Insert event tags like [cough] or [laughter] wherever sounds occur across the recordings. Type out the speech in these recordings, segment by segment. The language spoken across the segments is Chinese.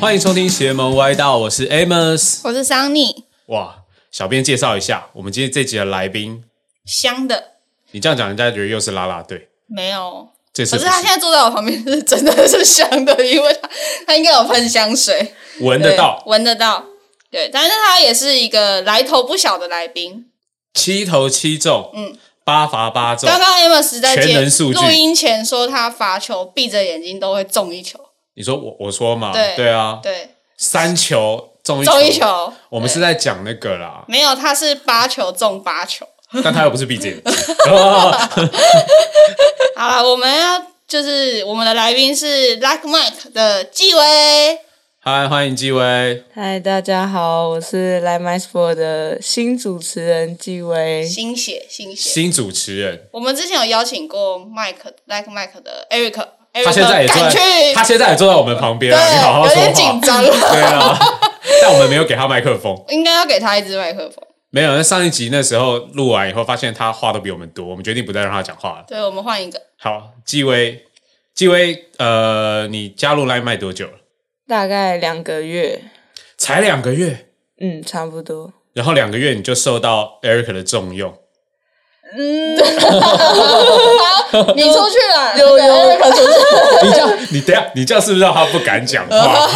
欢迎收听邪门歪道，我是 Amos。我是桑尼，哇，小编介绍一下，我们今天这集的来宾，香的你这样讲，人家觉得又是啦啦队。没有。这次可不是是他现在坐在我旁边，是真的是香的，因为他他应该有喷香水，闻得到对闻得到。对，但是他也是一个来头不小的来宾。七头七中，嗯，八罚八中，刚刚 Amos 在全接能数据录音前说，他罚球闭着眼睛都会中一球，你说我我说嘛，对啊，对，三球中一中一，球我们是在讲那个啦，没有，他是八球中八球。但他又不是闭着 [laughs] 眼睛，好了，我们要就是我们的来宾是 Like Mike 的纪薇。嗨，欢迎纪薇，嗨，大家好，我是来 My Sport 的新主持人纪薇。新血，新血，新主持人，我们之前有邀请过 Mike Like Mike 的 Eric，他现在也坐敢哎去，在，他现在也坐在我们旁边啊，你好好对，有说点紧话，张了， [laughs] 对啊，但我们没有给他麦克风。应该要给他一支麦克风。没有，那上一集那时候录完以后，发现他话都比我们多，我们决定不再让他讲话了。对，我们换一个，好，纪薇，纪薇，呃，你加入 Line 卖多久了？大概两个月，才两个月，嗯，差不多。然后两个月你就受到 Eric 的重 [laughs] 用，哦你出去了，有对有 Eric 出去，你这样，你等一下，你这样是不是让他不敢讲 [laughs] 话？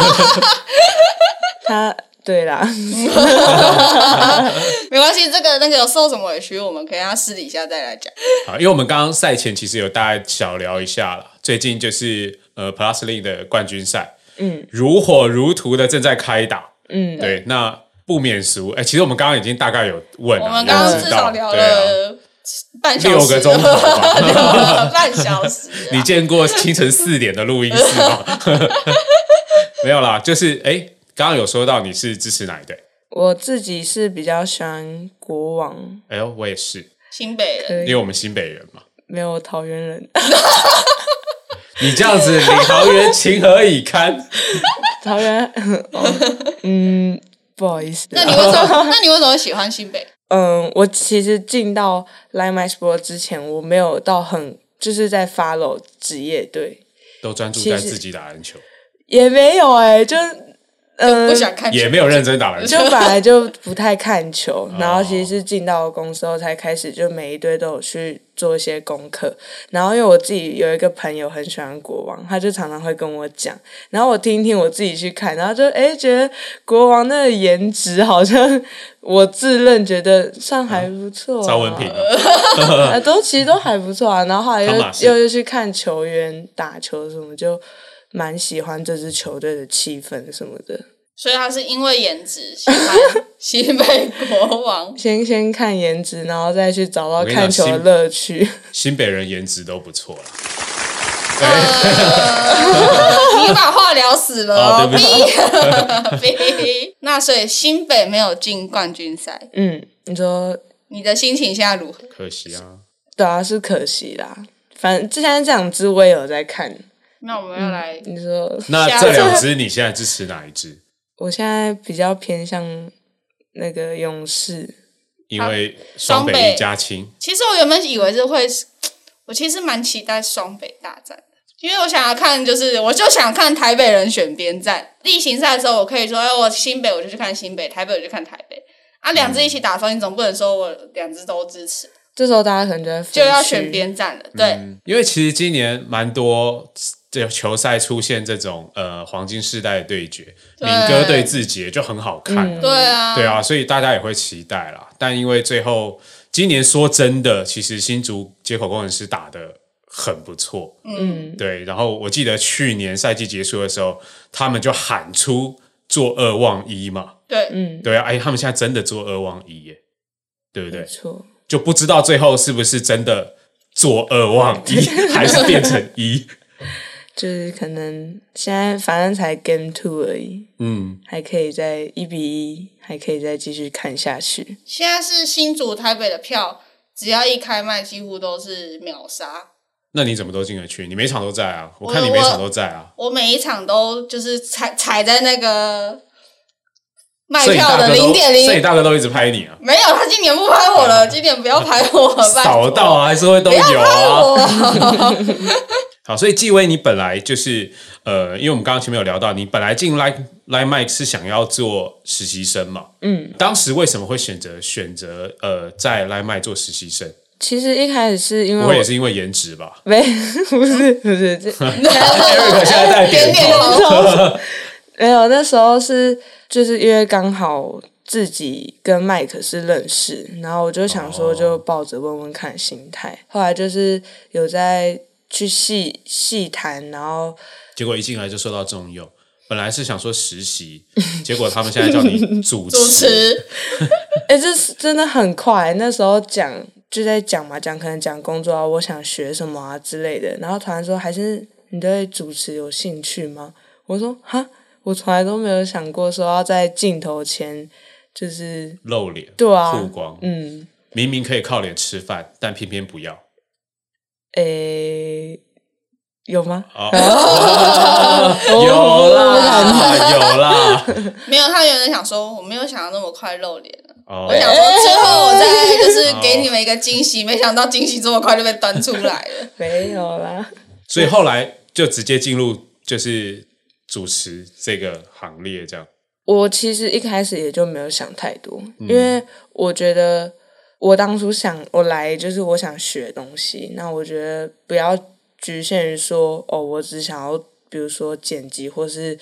他对啦， [laughs] 没关系，这个那个有受什么委屈，我们可以让他私底下再来讲。好，因为我们刚刚赛前其实有大概小聊一下了，最近就是呃 Plus League 的冠军赛，嗯，如火如荼的正在开打，嗯，对，那不免俗，哎、其实我们刚刚已经大概有问了，我们刚刚有至嗯知少道聊对啊了半小时，六个钟头 [laughs] [laughs] 吧聊了半小时啊。你见过清晨四点的录音室吗？ [laughs] 没有啦，就是哎，诶刚刚有说到你是支持哪一队？我自己是比较喜欢国王，哎呦，我也是，新北人，因为我们新北人嘛。没有桃园人， [laughs] 你这样子，李桃园情何以堪？ [laughs] 桃园，哦嗯，不好意思。那你为什么？ [laughs] 那你为什么喜欢新北？嗯，我其实进到 Line My Sport 之前，我没有到很就是在 follow 职业队，都专注在自己打篮球，也没有哎、就嗯，不想看呃也没有认真 [laughs] 打篮球就。本来就不太看球，哦然后其实是进到公司后才开始，就每一队都有去做一些功课。然后因为我自己有一个朋友很喜欢国王，他就常常会跟我讲，然后我听一听，我自己去看，然后就诶觉得国王那个颜值好像我自认觉得算还不错、啊，赵文平啊，啊，都其实都还不错啊。然后后来又汤马士又又去看球员打球什么，就蛮喜欢这支球队的气氛什么的。所以他是因为颜值喜欢 [laughs] 西北国王。先 [laughs] 先看颜值，然后再去找到我跟你讲看球的新 [laughs] 乐趣。新北人颜值都不错啦。 [laughs] 啊你把话聊死了啊哦、对不逼 [laughs] 逼那所以新北没有进冠军赛，嗯，你说你的心情现在如何？可惜啊，对啊，是可惜啦。反正之前这两支我也有在看。那我们要来，你说那这两支你现在支持哪一支？我现在比较偏向那个勇士，因为双北一家亲，其实我原本以为是会，我其实蛮期待双北大战的，因为我想要看，就是我就想看台北人选边站。例行赛的时候，我可以说，哎，我新北我就去看新北，台北我就看台北。啊，两支一起打的时候，你总不能说我两支都支持，这时候大家可能就会分就要区选。边站了。对，嗯因为其实今年蛮多这球赛出现这种呃黄金世代的对决，对敏哥对志杰就很好看啊。嗯对啊，对啊，所以大家也会期待啦。但因为最后今年说真的，其实新竹接口工程师打的很不错，嗯，对。然后我记得去年赛季结束的时候，他们就喊出做二望一嘛，对，嗯对啊，哎，他们现在真的做二望一耶，对不没对？错。就不知道最后是不是真的做二望 [laughs] 一，还是变成一。就是可能现在反正才 Game Two 而已，嗯，还可以再一比一，还可以再继续看下去。现在是新竹、台北的票，只要一开卖，几乎都是秒杀。那你怎么都进得去？你每场都在啊，我我看你每场都在啊。我每一场都就是踩踩在那个卖摄影票大哥的都零点摄影零，大哥都一直拍你啊，没有他今年不拍我了，今年不要拍我，拜扫啊托到啊还是会都有啊。我。好，所以纪威，你本来就是呃，因为我们刚刚前面有聊到，你本来进 Line Line Mike 是想要做实习生嘛？嗯，当时为什么会选择选择呃在 Line Mike 做实习嗯生？其实一开始是因为不我会也是因为颜值吧？没 [laughs] 不是不是这哦我现在在 [laughs] 点点点头。头，没有，那时候是就是因为刚好自己跟麦克是认识，然后我就想说就抱着问问看心态。后来就是有在去细细谈，然后结果一进来就受到重用，本来是想说实习，结果他们现在 [laughs] 叫你主持。主持哎、这是真的很快。那时候讲就在讲嘛，讲可能讲工作啊，我想学什么啊之类的。然后突然说，还是你对主持有兴趣吗？我说哈，我从来都没有想过说要在镜头前，就是露脸，对啊曝光，嗯，明明可以靠脸吃饭，但偏偏不要。诶、有吗？哦，哦 [laughs] 有啦，有 [laughs] 啦。没有，他原本想说我没有想到那么快露脸，哦我，想说之后我再就是给你们一个惊哎喜，没想到惊喜这么快就被端出 [laughs] 来了。 [laughs] 没有啦。所以后来就直接进入就是主持这个行列，这样。我其实一开始也就没有想太多，因为我觉得我当初想我来就是我想学东西，那我觉得不要局限于说哦，我只想要比如说剪辑或是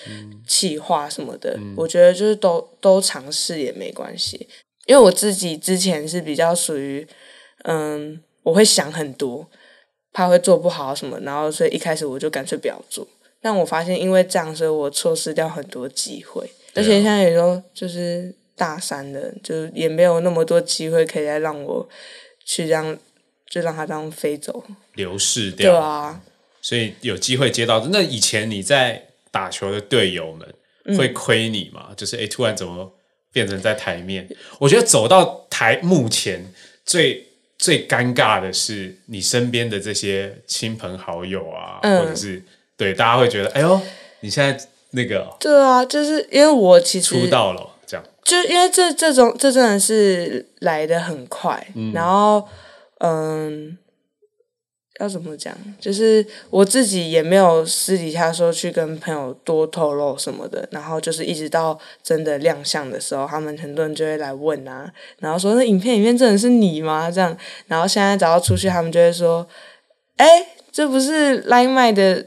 企划什么的，我觉得就是都都尝试也没关系，因为我自己之前是比较属于嗯，我会想很多，怕会做不好什么，然后所以一开始我就干脆不要做。但我发现因为这样，所以我错失掉很多机会，而啊且现在也都就是大三了，就也没有那么多机会可以再让我去这样，就让它这样飞走。流逝对掉，啊，所以有机会接到。那以前你在打球的队友嗯们会亏你吗？就是哎，诶突然怎么变成在台面？我觉得走到台幕前最最尴尬的是你身边的这些亲朋好友啊，嗯或者是对大家会觉得，哎呦，你现在那个哦对啊，就是因为我其实出道了哦，这样？就因为这这种这真的是来的很快，然后嗯，要怎么讲？就是我自己也没有私底下说去跟朋友多透露什么的，然后就是一直到真的亮相的时候，他们很多人就会来问啊，然后说那影片里面真的是你吗？这样，然后现在只要出去，他们就会说，哎，这不是 Line 麦的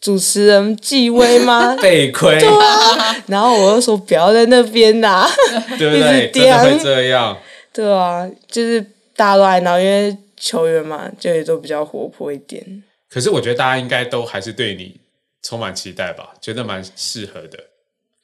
主持人纪薇吗被亏，啊然后我就说不要在那边啊呐、对不一对？直真的会刁这样。对啊，就是大家都爱闹，因为球员嘛，就也都比较活泼一点。可是我觉得大家应该都还是对你充满期待吧，觉得蛮适合的。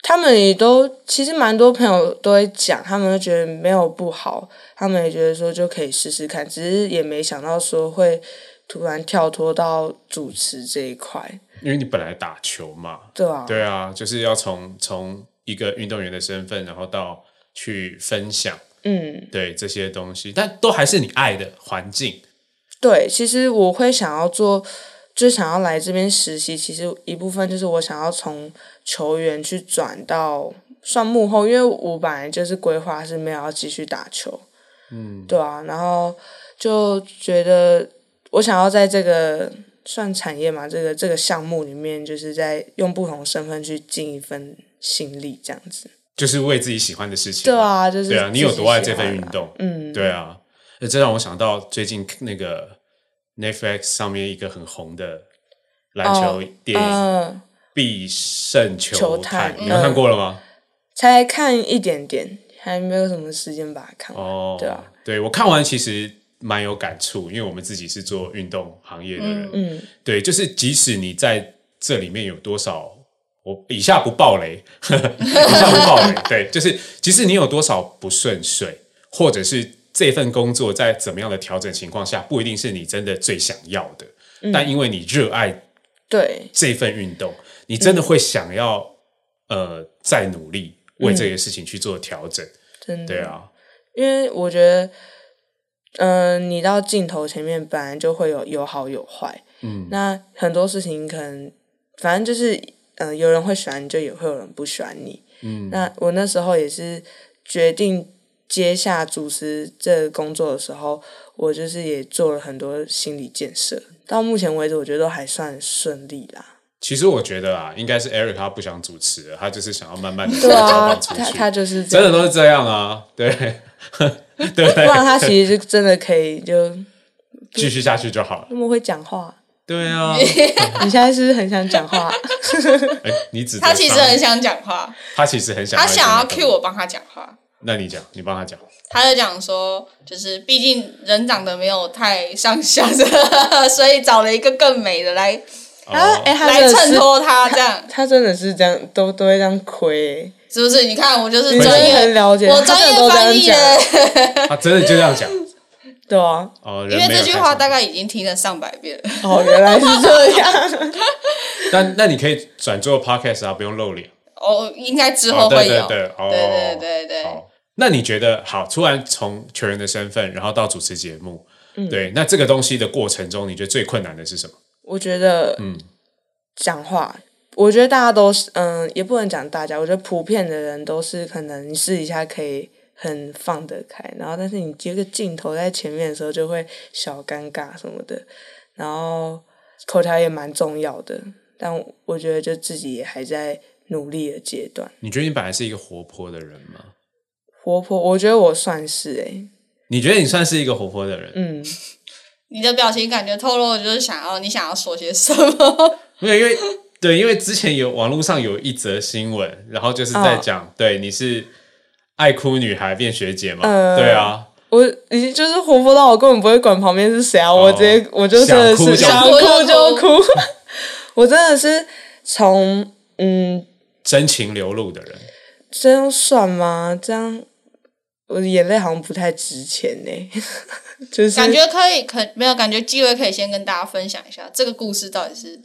他们也都其实蛮多朋友都会讲，他们都觉得没有不好，他们也觉得说就可以试试看，只是也没想到说会突然跳脱到主持这一块，因为你本来打球嘛，对啊，对啊，就是要从从一个运动员的身份，然后到去分享嗯，对这些东西，但都还是你爱的环境，对，其实我会想要做，就想要来这边实习。其实一部分就是我想要从球员去转到算幕后，因为我本来就是规划是没有要继续打球，嗯，对啊，然后就觉得我想要在这个算产业嘛，这个这个项目里面，就是在用不同身份去尽一份心力，这样子。就是为自己喜欢的事情。对，啊，就是对啊，你有自己多爱喜这份欢运啊？动？嗯，对啊，呃这让我想到最近那个 Netflix 上面一个很红的篮球电影《嗯，必胜球哦球探》，探嗯你们看过了吗？才看一点点，还没有什么时间把它看完。哦，对啊，对我看完其实蛮有感触，因为我们自己是做运动行业的人，嗯，对，就是即使你在这里面有多少，我以下不爆雷， [laughs] 以下不爆雷，对，就是即使你有多少不顺遂，或者是这份工作在怎么样的调整情况下，不一定是你真的最想要的，嗯但因为你热爱对，这份运动，你真嗯的会想要、呃再努力为这些事情去做调整，嗯真的。对啊。因为我觉得，嗯、你到镜头前面本来就会有有好有坏，嗯，那很多事情可能，反正就是，嗯、有人会喜欢你，就也会有人不喜欢你，嗯，那我那时候也是决定接下主持这个工作的时候，我就是也做了很多心理建设，到目前为止，我觉得都还算顺利 [laughs] 啦。其实我觉得啊，应该是 Eric 他不想主持了，他就是想要慢慢的对啊，出他去，他就是真这的样，都是这样啊，对对不不对，然他其实是真的可以就继续下去就好了。那么会讲话。对 [laughs] 啊，你现在是不是很想讲话？哎，你指责他其实很想讲话，他其实很想他想要一直 cue 我帮他讲话。那你讲，你帮他讲，他就讲说，就是毕竟人长得没有太上下， [laughs] 所以找了一个更美的来然后哦哎，他来真的衬是，托他，这 [laughs] 样他真的是这样，都都会这样亏、欸。是不是？你看我就是你真专的业，很了解，我他专真的业都这翻样译讲。耶，他真的就这样讲对啊， [laughs] 哦，因人为没有这句太话上大概已经听了上百遍了。 [laughs] 哦，原来是这样。但那你可以转做 podcast 啊，不用露脸。哦，应该之哦，后对会对有，对，哦，对对对对好，那你觉得好？突然从球员的身份，然后到主持节目，嗯对，那这个东西的过程中，你觉得最困难的是什么？我觉得，嗯，讲话，我觉得大家都是，嗯，也不能讲大家，我觉得普遍的人都是，可能你试一下可以很放得开，然后但是你接个镜头在前面的时候就会小尴尬什么的，然后口条也蛮重要的，但我觉得就自己也还在努力的阶段。你觉得你本来是一个活泼的人吗？活泼，我觉得我算是诶、你觉得你算是一个活泼的人？嗯，你的表情感觉透露就是想要你想要说些什 [laughs] 么。没有，因为对，因为之前有网络上有一则新闻，然后就是哦在讲，对，你是爱哭女孩变学姐嘛？呃对啊，我已经就是活泼到我根本不会管旁边是谁啊，我直接我就真的是想想哦哭就哭就哭哭， [laughs] 我真的是从嗯，真情流露的人，这样算吗？这样我的眼泪好像不太值钱呢、 [laughs] 就是感觉可以，可没有感觉机会可以先跟大家分享一下这个故事到底是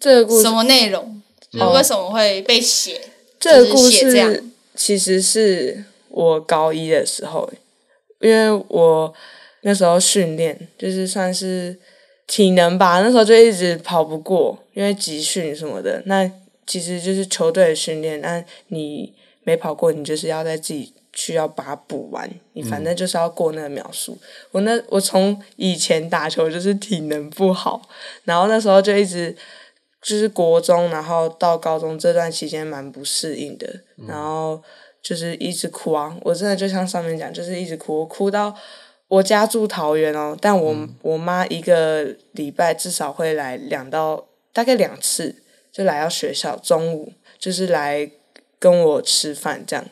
这个故事什么内嗯容，就是为什么会被写。这个故就是写这样事其实是我高一的时候，因为我那时候训练就是算是体能吧，那时候就一直跑不过，因为集训什么的。那其实就是球队的训练，那你没跑过，你就是要在自己去要把它补完，你反正就是要过那个秒数。我那我从以前打球就是体能不好，然后那时候就一直就是国中，然后到高中这段期间蛮不适应的，然后就是一直哭啊，我真的就像上面讲，就是一直哭，我哭到我家住桃园哦，但我、我妈一个礼拜至少会来两到大概两次，就来到学校中午就是来跟我吃饭这样。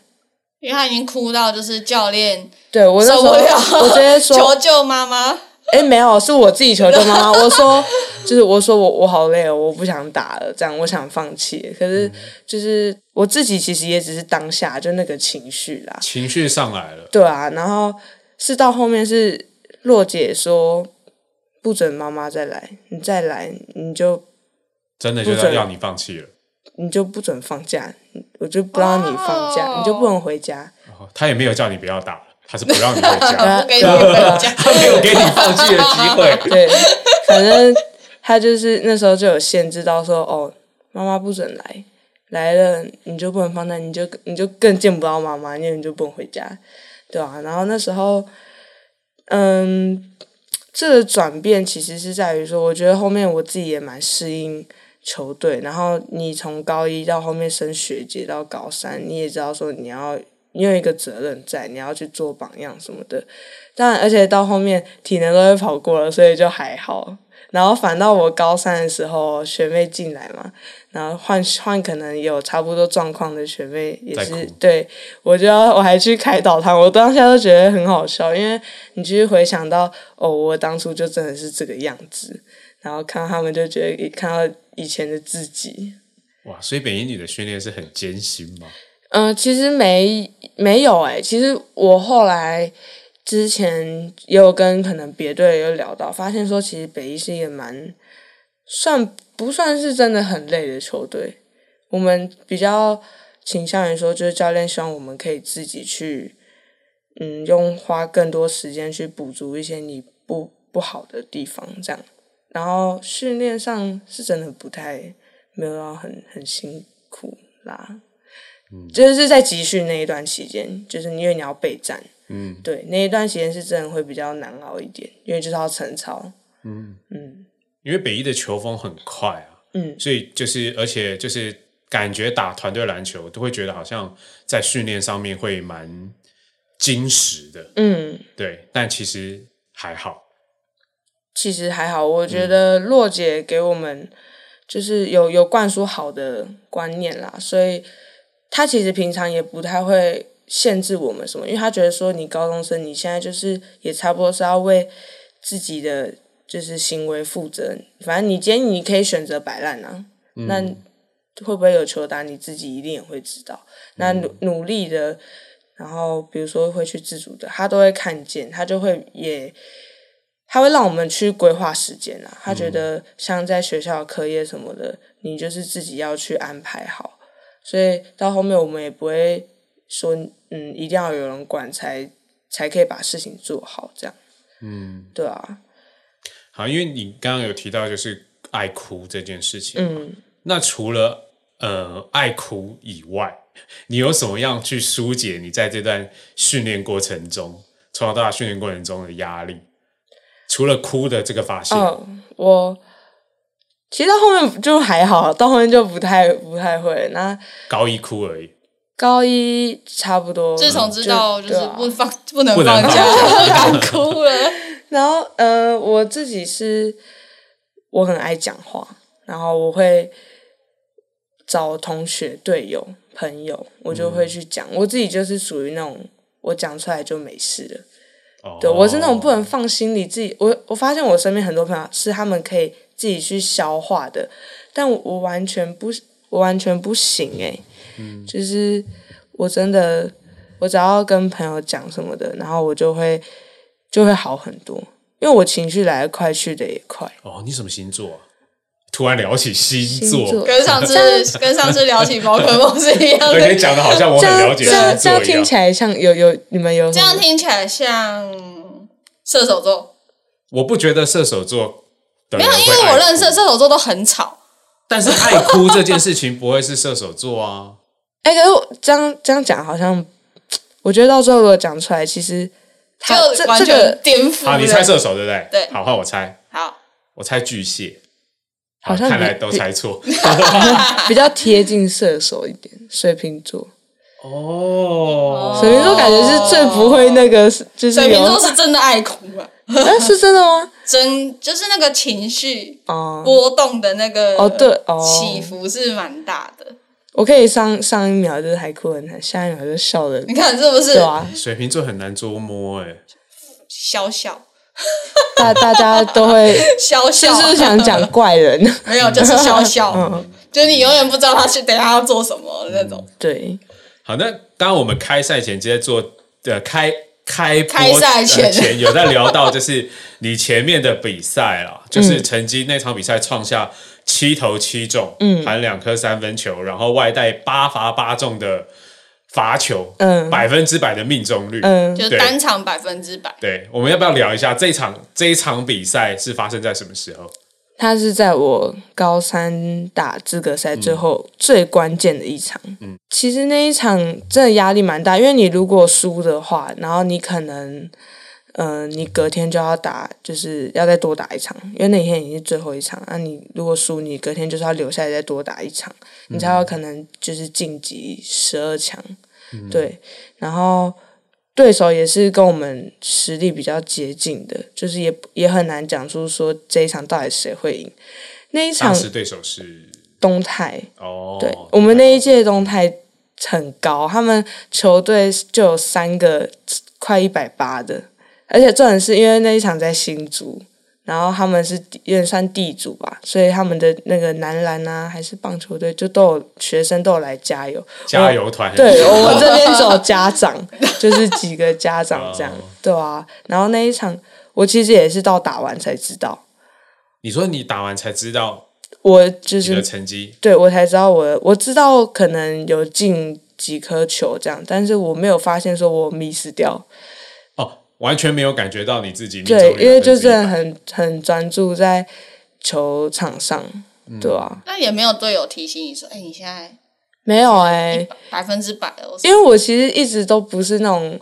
因为他已经哭到就是教练对我那时受不候，了，我直接说求救妈妈。哎、没有，是我自己求救妈妈。我说，就是我说我我好累哦，我不想打了，这样我想放弃。可是就是我自己其实也只是当下就那个情绪啦，情绪上来了，对啊。然后是到后面是洛姐说不准妈妈再来，你再来你就真的就不准要要你放弃了。你就不准放假，我就不让你放假，你就不能回家。哦他也没有叫你不要打了，他是不让你回家，呃呃不给你啊回家。 [laughs] 他没有给你放弃的机会。对，反正他就是那时候就有限制到说，哦，妈妈不准来，来了你就不能放假，你就你就更见不到妈妈，因为你就不能回家，对啊，然后那时候，嗯，这个转变其实是在于说，我觉得后面我自己也蛮适应球队，然后你从高一到后面升学姐到高三，你也知道说你要。你有一个责任在，你要去做榜样什么的，但而且到后面体能都会跑过了，所以就还好。然后反倒我高三的时候，学妹进来嘛，然后换换可能有差不多状况的学妹也在是哭对我就要我还去开导她，我当下都觉得很好笑，因为你去回想到哦，我当初就真的是这个样子，然后看到他们就觉得看到以前的自己，哇，所以北英女的训练是很艰辛吗？嗯、其实没没有哎、其实我后来之前也有跟可能别队有聊到，发现说其实北一是一个蛮算不算是真的很累的球队，我们比较倾向于说，就是教练希望我们可以自己去，嗯，用花更多时间去补足一些你不不好的地方，这样。然后训练上是真的不太没有到很很辛苦啦。就是在集训那一段期间，就是因为你要备战，嗯，对那一段时间是真的会比较难熬一点，因为就是要晨操，因为北一的球风很快啊，嗯，所以就是而且就是感觉打团队篮球都会觉得好像在训练上面会蛮矜持的，嗯，对，但其实还好，其实还好，我觉得洛姐给我们就是有有灌输好的观念啦，所以她其实平常也不太会限制我们什么，因为她觉得说你高中生，你现在就是也差不多是要为自己的就是行为负责，反正你今天你可以选择摆烂啊，嗯那会不会有球打你自己一定也会知道，那努努力的。然后，比如说会去自主的，她都会看见，她就会也他会让我们去规划时间啊。他觉得像在学校的课业什么的，你就是自己要去安排好。所以到后面我们也不会说，嗯，一定要有人管才才可以把事情做好，这样。嗯，对啊，好，因为你刚刚有提到就是爱哭这件事情，嗯，那除了呃爱哭以外，你有什么样去疏解你在这段训练过程中，从小到大训练过程中的压力？除了哭的这个发现，嗯，我其实到后面就还好，到后面就不太不太会了。那高一哭而已，高一差不多，自从知道就就对是啊不放不能不能放假， [laughs] 放敢哭了。然后呃，我自己是我很爱讲话，然后我会找同学、队友、朋友，我就嗯会去讲。我自己就是属于那种我讲出来就没事了。哦、对我是那种不能放心里自己，我我发现我身边很多朋友是他们可以自己去消化的，但我我完全不，我完全不行诶、嗯就是我真的，我只要跟朋友讲什么的，然后我就会就会好很多，因为我情绪来得快，去得也快。哦，你什么星座、啊？突然聊起星星座跟上次跟上次聊起宝可梦是一样而且的，讲的好像我这很样了解这样这星样座一听起来像有有你们有这什样么听起来像射手座。我不觉得射手座的没人有，嗯会爱因哭为我认识的射手座都很吵，但是爱哭这件事情不会是射手座啊。哎、可是我这样这样讲好像，我觉得到最后如果讲出来，其实就他这完这个全颠覆好，了。你猜射手对不对？对好，换我猜，好，我猜巨蟹。好像看来比都比猜错。比较贴近射手一点，水瓶座，哦，水瓶座感觉是最不会那个，就是水瓶有座是真的爱哭啊，啊，是真的吗？真就是那个情绪哦波动的那个哦对哦起伏是蛮大的。我可以上上一秒就是还哭得很惨，下一秒就笑的，你看是不是对啊，水瓶座很难捉摸哎、小小大大家都会 [laughs] 小是小不是 [laughs] 想 [laughs] 讲怪人？没有，就是小小，嗯就是你永远不知道他去等一下要做什么的那种。对，好，那当然我们开赛前直接做呃开开播开赛前呃前有在聊到，就是你前面的比赛 [laughs] 啦，嗯就是曾经那场比赛创下七投七中，嗯，含两颗三分球，然后外带八罚八中的罚球，嗯百分之百的命中率，嗯，就对单场百分之百，对，我们要不要聊一下这一场这一场比赛是发生在什么时候？他是在我高三打资格赛最后最关键的一场。嗯，其实那一场真的压力蛮大，因为你如果输的话，然后你可能，呃，你隔天就要打，就是要再多打一场，因为那天已经是最后一场。那、你如果输，你隔天就是要留下来再多打一场，你才有可能就是晋级十二强。嗯对，然后。对手也是跟我们实力比较接近的，就是也也很难讲出说这一场到底谁会赢。那一当场时对手是东泰，哦，对、我们那一届东泰很高，他们球队就有三个快一百八的，而且重点是因为那一场在新竹，然后他们是地有点算地主吧，所以他们的那个男篮啊还是棒球队就都有学生都有来加油，加油团，对我们这边只 [laughs] 有家长，就是几个家长这样哦，对啊。然后那一场，我其实也是到打完才知道，你说你打完才知道我就你的是成绩，对我才知道我我知道可能有进几颗球这样，但是我没有发现说我 miss 掉，哦，完全没有感觉到你自己命中对率，因为就真100%的很很专注在球场上，对啊，那也没有队友提醒你说，哎，你现在没有哎、百分之百了。我说因为我其实一直都不是那种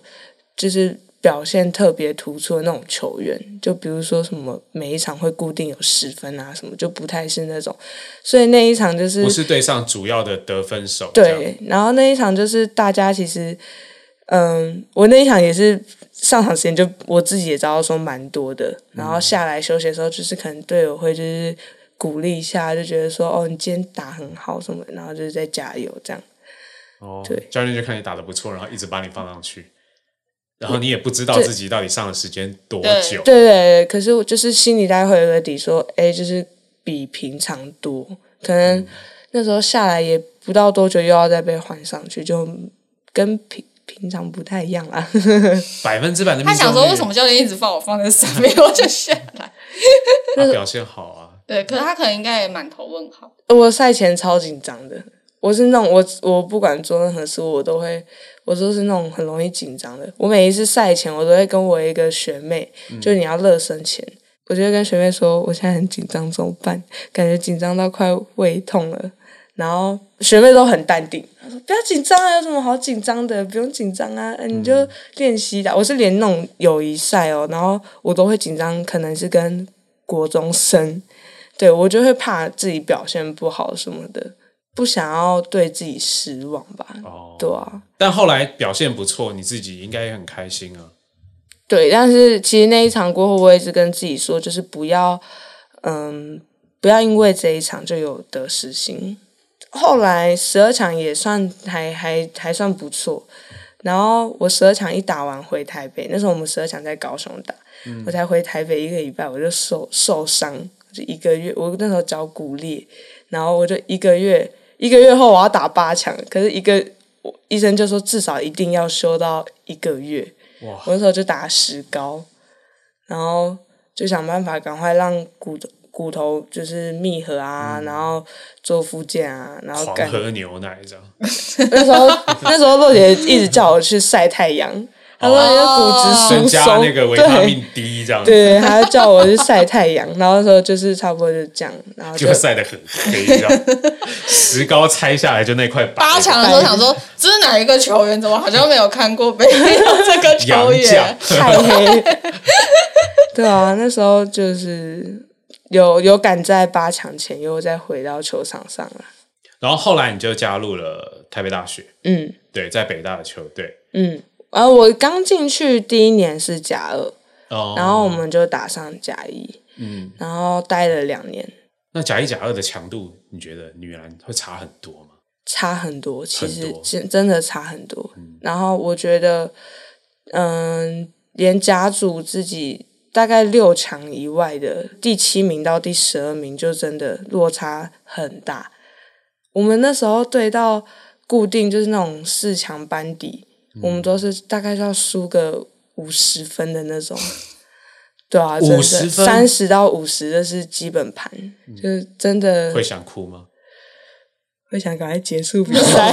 就是表现特别突出的那种球员，就比如说什么每一场会固定有十分啊，什么就不太是那种，所以那一场就是不是对上主要的得分手。这样，对，然后那一场就是大家其实，嗯，我那一场也是上场时间就我自己也知道说蛮多的，嗯然后下来休息的时候，就是可能队友会就是鼓励一下，就觉得说哦，你今天打很好什么的，然后就是在加油这样。哦，对教练就看你打的不错，然后一直把你放上去，然后你也不知道自己到底上的时间多久。对对对，可是我就是心里大概会有个底说，哎，就是比平常多，可嗯能那时候下来也不到多久，又要再被换上去，就跟平平常不太一样啦。百分之百的命嗯中他率。想说，为什么教练一直放我放在上面，我就下来。 [laughs] 他表现好啊？对，可是他可能应该也满头问 [laughs] 号。我赛前超紧张的，我是那种我我不管做任何事，我都会，我都是那种很容易紧张的。我每一次赛前，我都会跟我一个学妹，就你要热身前，我就会跟学妹说，我现在很紧张，怎么办？感觉紧张到快胃痛了。然后学妹都很淡定，她说不要紧张啊，有什么好紧张的？不用紧张啊，呃你就练习的。我是连那种友谊赛哦，然后我都会紧张，可能是跟国中生，对我就会怕自己表现不好什么的，不想要对自己失望吧。哦，对啊，但后来表现不错，你自己应该也很开心啊。对，但是其实那一场过后，我一直跟自己说，就是不要，嗯，不要因为这一场就有得失心。后来十二场也算还还还算不错，然后我十二场一打完回台北，那时候我们十二场在高雄打，嗯我才回台北一个礼拜，我就受受伤，就一个月，我那时候脚骨裂，然后我就一个月一个月后我要打八强，可是一个我医生就说至少一定要休到一个月，哇我那时候就打石膏，然后就想办法赶快让骨头骨头就是密合啊，然后做复健啊，然后嗯狂干喝牛奶这样，那时候那时候洛姐一直叫我去晒太阳，她说你的哦增骨质疏加松，那个维他对命 D 这样，对，她就叫我去晒太阳，然后那时候就是差不多就这样，然后就就晒得很黑这样。石膏拆下来就那块白八强的时候想说，这是哪一个球员？怎么好像没有看过北美有这个球洋员将？，太黑。对啊，那时候就是有有赶在八强前又再回到球场上了，然后后来你就加入了台北大学，嗯。对，在北大的球队。嗯，呃，我刚进去第一年是甲二，哦，然后我们就打上甲一，嗯，然后待了两年，那甲一甲二的强度，你觉得女篮会差很多吗？差很多，其很实多嗯真真的差很多。然后我觉得，嗯，连甲组自己大概六强以外的第七名到第十二名，就真的落差很大。我们那时候对到固定就是那种四强班底，嗯我们都是大概要输个五十分的 [laughs] 那种。对啊，真的50分嗯三十到五十这是基本盘，就是真的会想哭吗？会想赶快结 [laughs] 束比赛，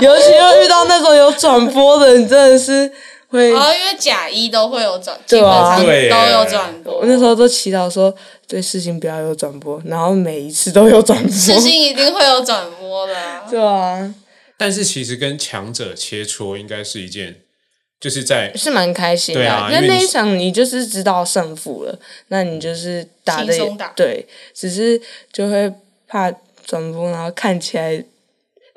尤其又遇到那种有转播的，你真的是会。哦，因为甲一都会有转，基对本啊上对都有转播我。那时候都祈祷说，对事情不要有转播，然后每一次都有转 [laughs] 播。世新一定会有转播的啊、对啊，但是其实跟强者切磋应该是一件，就是在是蛮开心的、对啊那因为那你一场你就是知道胜负了，那你就是打的轻也松打对，只是就会怕转播，然后看起来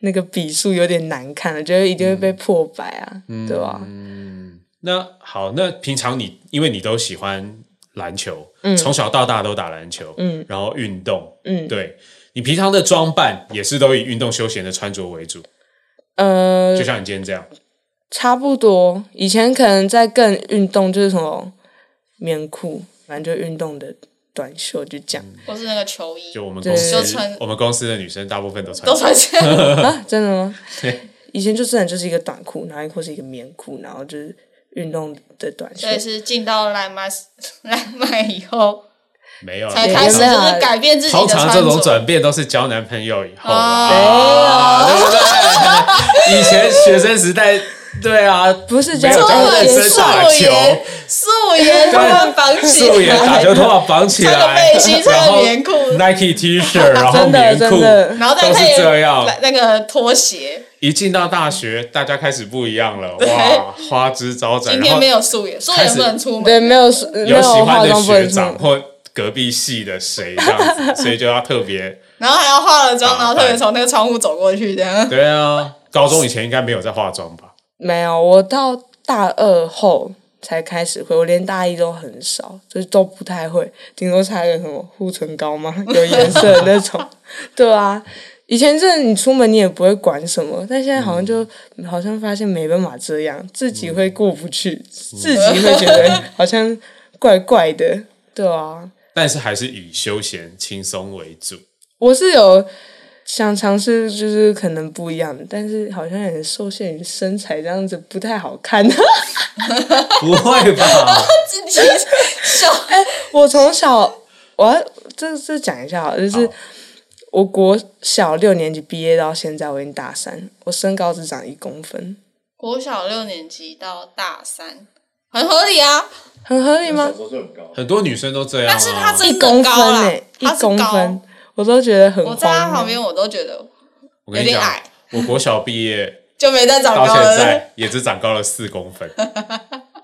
那个比数有点难看了，就会一定会嗯被破百啊，对吧、那好，那平常你因为你都喜欢篮球，嗯从小到大都打篮球，嗯，然后运动，嗯，对你平常的装扮也是都以运动休闲的穿着为主，呃，就像你今天这样，差不多，以前可能在更运动，就是什么棉裤，反正就运动的短袖，就 [laughs] 这样、或是那个球衣就我们对公司就穿，我们公司的女生大部分都穿都穿这样。 [laughs] 啊，真的吗对？以前就真的就是一个短裤，然后或是一个棉裤，然后就是运动的短袖所。以是进到蓝麦蓝麦以后，没有啊，才开始就没有啊是改变自己的通常穿这种着。转变都是交男朋友以后哦啊，对不 [laughs] 对？以前学生时代，对啊，不是没有交在男认真打素球，颜素素颜对他们绑起素颜啊打来，球头发绑起穿来，个背心穿个然后棉裤，Nike T [laughs] 恤，然后真的棉裤，真的然后再都是配这样。那个拖鞋。一进到大学，大家开始不一样了， [laughs] 对哇，花枝招展。今然天后没有素颜，素开颜始不能出门。对，没有没有喜化欢的妆不能学出长门。或隔壁系的谁这样 [laughs] 子，所以就要特别然后还要化了妆，打扮然后特别从那个窗户走过去，这样对啊。高中以前应该没有在化妆吧？没有，我到大二后才开始会，我连大一都很少，就是都不太会，顶多擦个什么护唇膏 [laughs] 嘛，有颜色的那 [laughs] 种。对啊，以前真的你出门你也不会管什么，但现在好像就、好像发现没办法这样，自己会过不去，自己会觉得好像怪怪的。 [laughs] 对啊，但是还是以休闲轻松为主。我是有想尝试，就是可能不一样的，但是好像也受限于身材，这样子不太好看。 [laughs] 不会吧？自 [laughs] 己笑。 [laughs] 我从小，我要这这讲一下好了，就是好我国小六年级毕业到现在，我已经大三，我身高只长一公分，国小六年级到大三，很合理啊。很合理吗小？时候就很高，很多女生都这样、啊。但是她一真的公高分啦，欸一她是公分高。，啊我都觉得很我在她旁荒边，谬。我都觉得我跟你有点讲矮，我国小毕业就没再长到高现了。在也只长高了四公 [laughs] 分。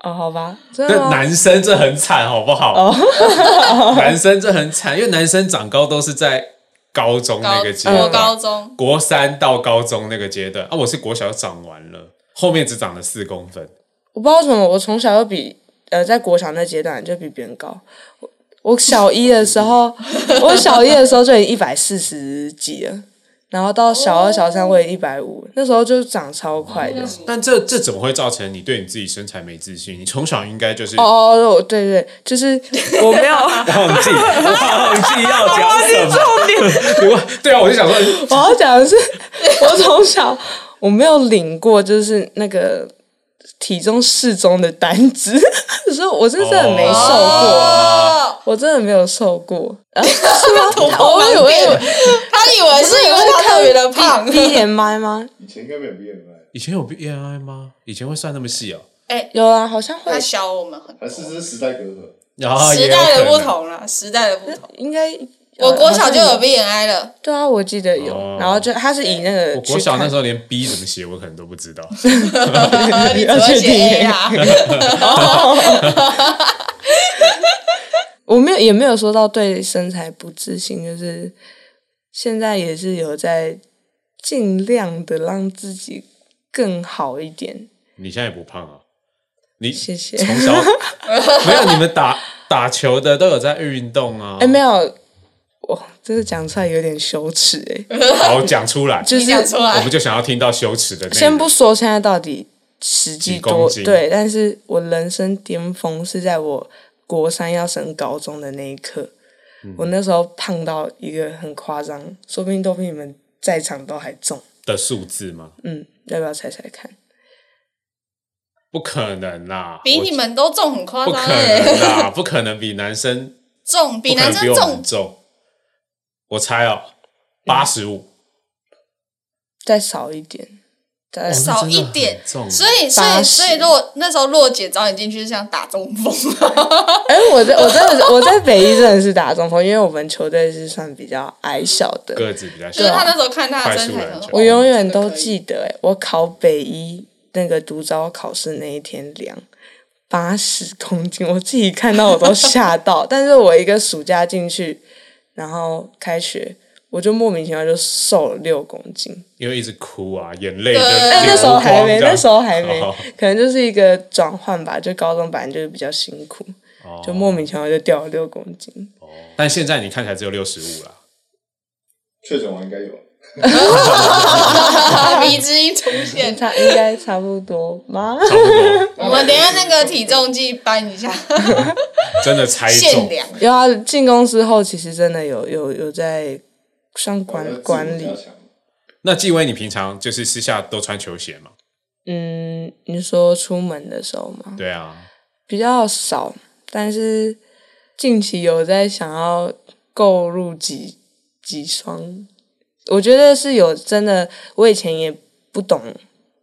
哦，好吧，啊真的那吗？男生这很惨，好不好？哦 [laughs] 男生这很惨，因为男生长高都是在高中那高个阶段，国哦高中，国三到高中那个阶段啊，我是国小长完了，后面只长了四公分。我不知道为什么，我从小就比呃，在国小那阶段就比别人高。我我小一的时 [laughs] 候，我小一的时候就已经一百四十几了，然后到小二、小哦三我也一百五，那时候就长超快的。但这这怎么会造成你对你自己身材没自信？你从小应该就是哦哦，我对对， [laughs] 就是我没有我忘记忘记要讲什 [laughs] 么。重点，你忘对啊，我就想说，我要讲的是，我从小我没有领过就是那个体重适中的单子， [laughs] 所以我是真的没瘦过，哦，我真的没有瘦过。啊、突破我以盲为点。他哦以为是因为他特别的啊胖。 BMI 吗？以前应该没有 BMI，以前有 BMI 吗？以前会算那么细哦。哎， [laughs] 有啊，好像会他，小我们很还是是时代隔阂？然后 [laughs] 时代的不同啦，时代的不同。应该。我国小就好像有 BNI 了，对啊，我记得有，哦然后就他是以那个我国小那时候候连 B 怎么写我可能都不知 [laughs] 道，你只会写 A [laughs] 啊？ [laughs] 我没有也没有说到对身材不自信，就是现在也是有在尽量的让自己更好一点。你现在也不胖啊？你谢谢。从 [laughs] 小没有你们打打球的都有在运动啊？哎、没有，哇，这个讲出来有点羞耻哎、好讲出 [laughs] 来，就你讲出是我来们，就想要听到羞耻的内容。先不说现在到底实际几公多斤对，但是我人生巅峰是在我国三要升高中的那一刻，嗯我那时候胖到一个很夸张，说不定都比你们在场都还重。的数字吗？嗯，要不要猜猜看？不可能啦，比你们都重很夸我不张可哎能，啦， [laughs] 不可能比男生重 [laughs] 比不可男能比生我们重重。我猜哦，八十五，再少一点，再哦少一点，那真的很重所以所以80所以洛那时候洛姐找你进去是想打中锋，啊哎、我在我真的是我在北一真的是打中锋，因为我们球队是算比较矮小的。个子比较就小是。她那时候看她的身快材速篮球，我永远这都个可以记得、哎，我考北一那个独招考试那一天量八十公斤，我自己看到我都吓 [laughs] 到。但是我一个暑假进去，然后开学我就莫名其妙就瘦了六公斤。因为一直哭啊，眼泪就对但哎那时候还流光没，这样那时候还没哦，可能就是一个转换吧。就高中本来就是比较辛苦，哦就莫名其妙就掉了六公 [laughs] 斤。但现在你看起来只有六十五啦，确诊完应该有， [laughs] 迷之音出现。差应该差不多吗？差不多，我们等一下那个体重计搬一下，真的 [laughs] 猜限中。量。 [laughs] 有啊，进公司后其实真的有有有在上管管理。那纪薇，你平常就是私下都穿球鞋嘛？嗯，你说出门的时候吗？对啊，比较少，但是近期有在想要购入几几双，我觉得是有真的。我以前也不懂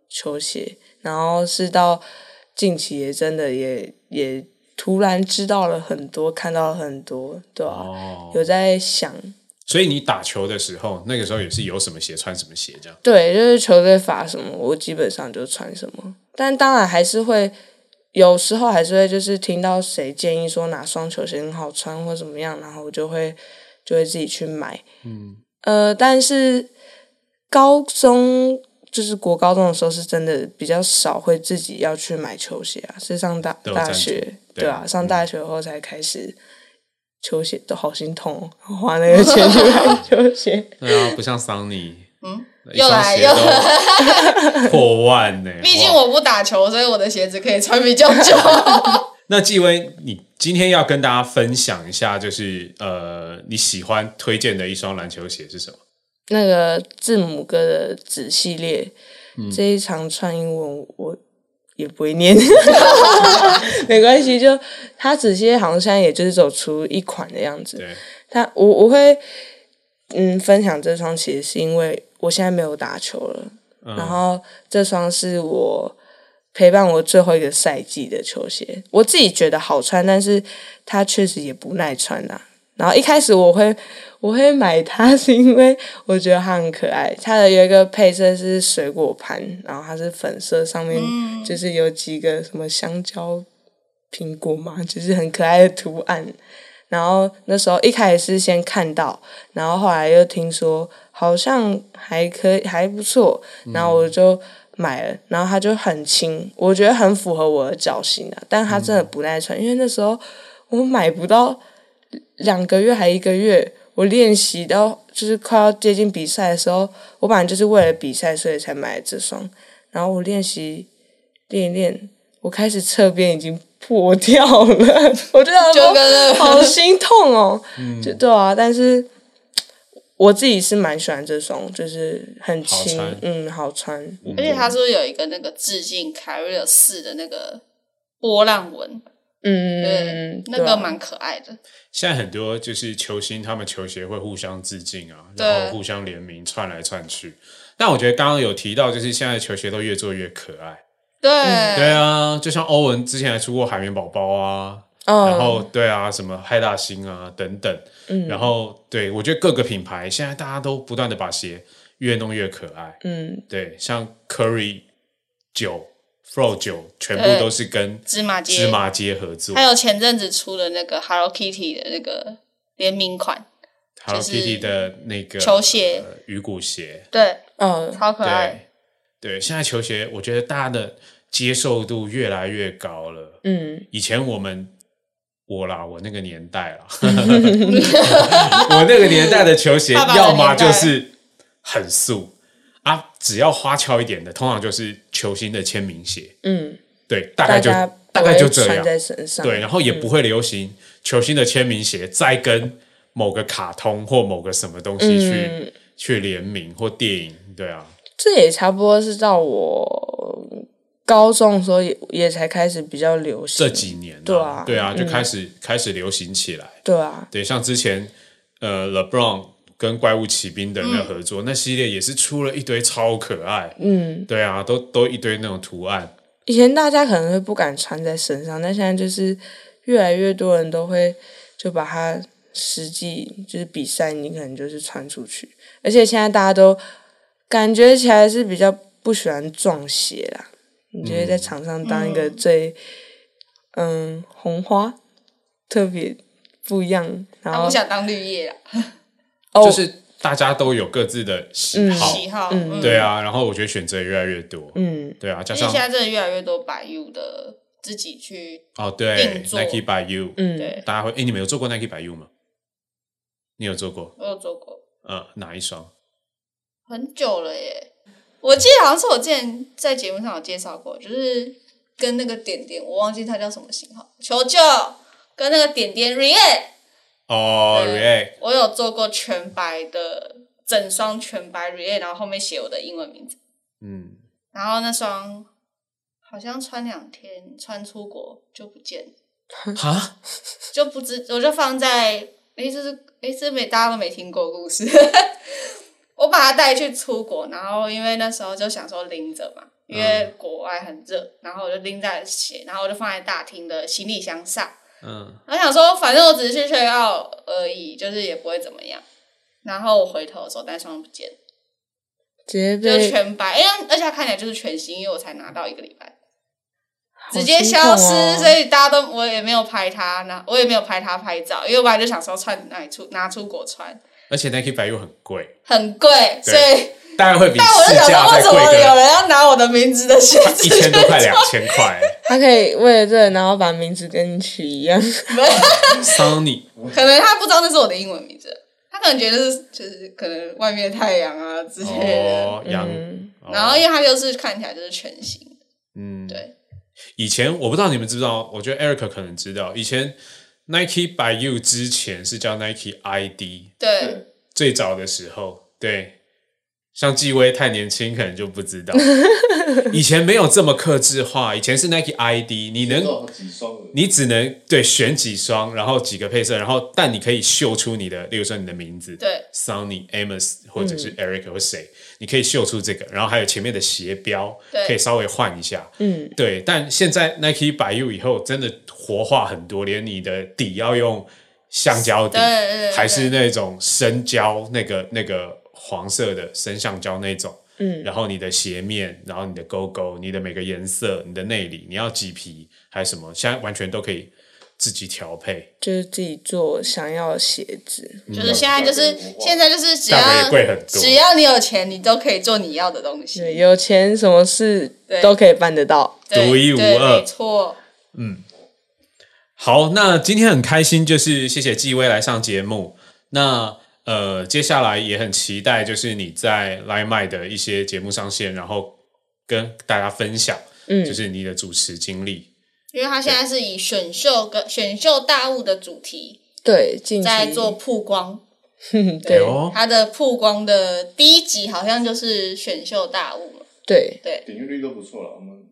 球鞋，然后是到近期也真的也也突然知道了很多，看到了很多，对啊，哦，有在想，所以你打球的时候，那个时候也是有什么鞋穿什么鞋这样。对，就是球队发什么，我基本上就穿什么。但当然还是会，有时候还是会就是听到谁建议说哪双球鞋很好穿或怎么样，然后我就会就会自己去买。嗯，呃，但是高中就是国高中的时候，是真的比较少会自己要去买球鞋啊，是上大都有大赞助学对对啊，上嗯大学后才开始。球鞋都好心痛哦，花那个钱去买球鞋。对啊，不像桑尼，嗯，又来又来， [laughs] 破万呢、毕竟哇我不打球，所以我的鞋子可以穿比较久。那纪薇，你今天要跟大家分享一下，就是呃，你喜欢推荐的一双篮球鞋是什么？那个字母哥的子系列，这一长串英文我也不会念， [laughs] 没关系，就它子系列好像现在也就是走出一款的样子。对，它我我会嗯分享这双，其实是因为我现在没有打球了，然后这双是我陪伴我最后一个赛季的球鞋，我自己觉得好穿，但是它确实也不耐穿啊。然后一开始我会我会买它， [laughs] 是因为我觉得它很可爱。它的有一个配色是水果盘，然后它是粉色，上面就是有几个什么香蕉、苹果嘛，就是很可爱的图案。然后那时候一开始是先看到，然后后来又听说好像还可以还不错，然后我就买了，然后它就很轻，我觉得很符合我的脚型啊，但它真的不耐穿，因为那时候我买不到两个月还一个月，我练习到就是快要接近比赛的时候，我本来就是为了比赛所以才买了这双，然后我练习练一练，我开始侧边已经破掉了， [laughs] 我就想 [laughs] 就说跟好心痛哦。嗯就对啊，但是我自己是蛮喜欢这双，就是很轻好穿，嗯，好穿。 [laughs] 而且他是不是有一个那个致敬凯瑞尔四的那个波浪纹？嗯对，，那对个啊蛮可爱的。现在很多就是球星，他们球鞋会互相致敬啊，对然后互相联名串来串去。但我觉得刚刚有提到，就是现在的球鞋都越做越可爱。对，对啊，就像欧文之前还出过海绵宝宝啊，嗯然后对啊，什么海大星啊等等，嗯然后对我觉得各个品牌现在大家都不断的把鞋越弄越可爱，嗯，对，像 Curry 九、Fro 九，全部对都是跟芝麻街，芝麻街合作还有前阵子出的那个 Hello Kitty 的那个联名款， ，Hello 就是 Kitty 的那个球鞋呃鱼骨鞋，对，嗯，超可爱。对对，现在球鞋我觉得大家的接受度越来越高了，嗯，以前我们我啦，我那个年代 [laughs] 啦，我那个年代的球鞋，爸爸的要么年代就是很素啊，只要花俏一点的，通常就是球星的签名鞋，嗯，对，大概大就家大不概会就这穿样，在身上，嗯对，然后也不会流行球星的签名鞋再跟某个卡通或某个什么东西去、嗯去联名或电影，对啊，这也差不多是到我高中的时候也也才开始比较流行这。几年、对啊对啊，就开始、开始流行起来。对啊，对，像之前呃，LeBron 跟怪物骑兵的那个合作，那系列也是出了一堆超可爱，嗯，对啊，都都一堆那种图案，以前大家可能会不敢穿在身上，但现在就是越来越多人都会就把它实际就是比赛，你可能就是穿出去，而且现在大家都感觉起来是比较不喜欢撞鞋啦，你嗯就会在场上当一个最嗯红花，特别不一样，然他后不啊想当绿叶啦，哦就是大家都有各自的喜好，喜好，嗯，对啊，然后我觉得选择也越来越多，嗯对啊，加而且上现在真的越来越多白 U 的自己去，哦，对定做，Nike by You，嗯对大家会，哎，你们有做过 Nike by You 吗？你有做过？我有做过呃，哪一双？很久了耶。我记得好像是我之前在节目上有介绍过，就是跟那个点点，我忘记它叫什么型号，求救，跟那个点点 React，哦对，React，我有做过全白的，整双全白 React，然后后面写我的英文名字。嗯，然后那双好像穿两天，穿出国就不见了，哈，就不知我就放在诶，这是诶，这没大家都没听过故 [laughs] 事。我把它带去出国，然后因为那时候就想说拎着嘛，因为国外很热，然后我就拎在鞋，然后我就放在大厅的行李箱上。嗯，我想说，反正我只是去睡觉而已，就是也不会怎么样。然后我回头的时候，单双不见了，直接就是被全白，因为而且它看起来就是全新，因为我才拿到一个礼拜，好直接心消痛失，哦所以大家都我也没有拍它，那我也没有拍它拍照，因为我本来就想说穿哪里出拿出国穿，而且 Nike 白又很贵，很贵，所以当然会比但我就市想价说，再为什贵么有 [laughs] 个人要拿我的名字的鞋子一去千多块、 [laughs] 两穿？千块。他可以为了这个然后把名字跟你取一样， [laughs] Sony 可能他不知道那是我的英文名字，他可能觉得是就是可能外面的太阳啊之类的。哦，杨，嗯哦然后因为它就是看起来就是全新的，嗯，对。以前我不知道你们知不知道，我觉得 Eric 可能知道，以前 Nike by You 之前是叫 Nike ID，对，对，最早的时候，对，像纪威太年轻，可能就不知 [laughs] 道。以前没有这么克制化，以前是 Nike ID，你能多少几双了？你只能对选几双，然后几个配色，然后但你可以秀出你的，例如说你的名字，对嗯，Sunny Amos 或者是 Eric 或谁，你可以秀出这个，然后还有前面的斜标，对可以稍微换一下，嗯，对。但现在 Nike 百 U 以后真的活化很多，连你的底要用橡胶底，对对对对还是那种生胶那个那个黄色的生橡胶那种。嗯，然后你的鞋面，然后你的勾勾，你的每个颜色，你的内里，你要麂皮还是什么，现在完全都可以自己调配，就是自己做想要的鞋子。嗯就是现在就是现在就是只价格也要贵很多。只要你有钱，你都可以做你要的东西，对，有钱什么事嗯对都可以办得到。对独一无对二没错。好，那今天很开心，就是谢谢纪威来上节目。那呃，接下来也很期待，就是你在 Line 麦的一些节目上线，然后跟大家分享，嗯就是你的主持经历。因为他现在是以选秀跟选秀大物的主题对，近期在做，曝光，嗯 [laughs] 哎对哦，他的曝光的第一集好像就是选秀大物嘛，对，对。点阅率都不错了，我们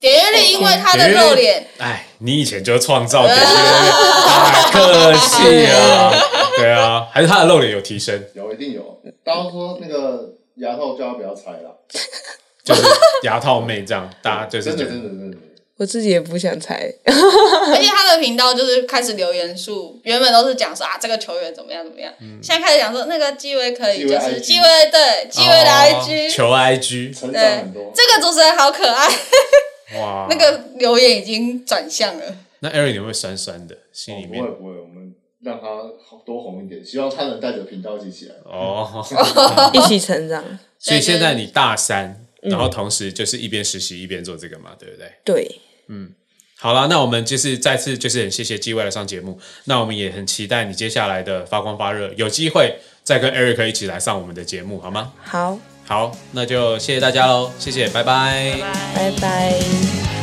点阅率因为他的露脸，哎，你以前就创造点阅率，太客气啊！对啊，还是他的露脸有提升，有一定有。大家说那个牙套叫他不要拆了，就是牙套妹这样，大家就是真的觉得真的真的，我自己也不 [laughs] 想猜。而且他的频道就是开始留言数，原本都是讲说啊这个球员怎么样怎么样，现在开始讲说那个基威可以，基就威是 IG 基威对基威的 IG，、哦求 IG，成长对很多，。这个主持人好可爱，哇，那个留言已经转向了。那 Aaron 你会不会酸酸的，心哦里不面会不会，我们让他多红一点，希望他能带着频道一起来。哦。一起成长。所以对就是现在你大三，然后同时就是一边实习一边做这个嘛，对不对？对，好啦，那我们就是再次就是很谢谢机会来上节目，那我们也很期待你接下来的发光发热，有机会再跟 Eric 一起来上我们的节目，好吗？好，好，那就谢谢大家喽，谢谢，拜拜拜拜。拜拜。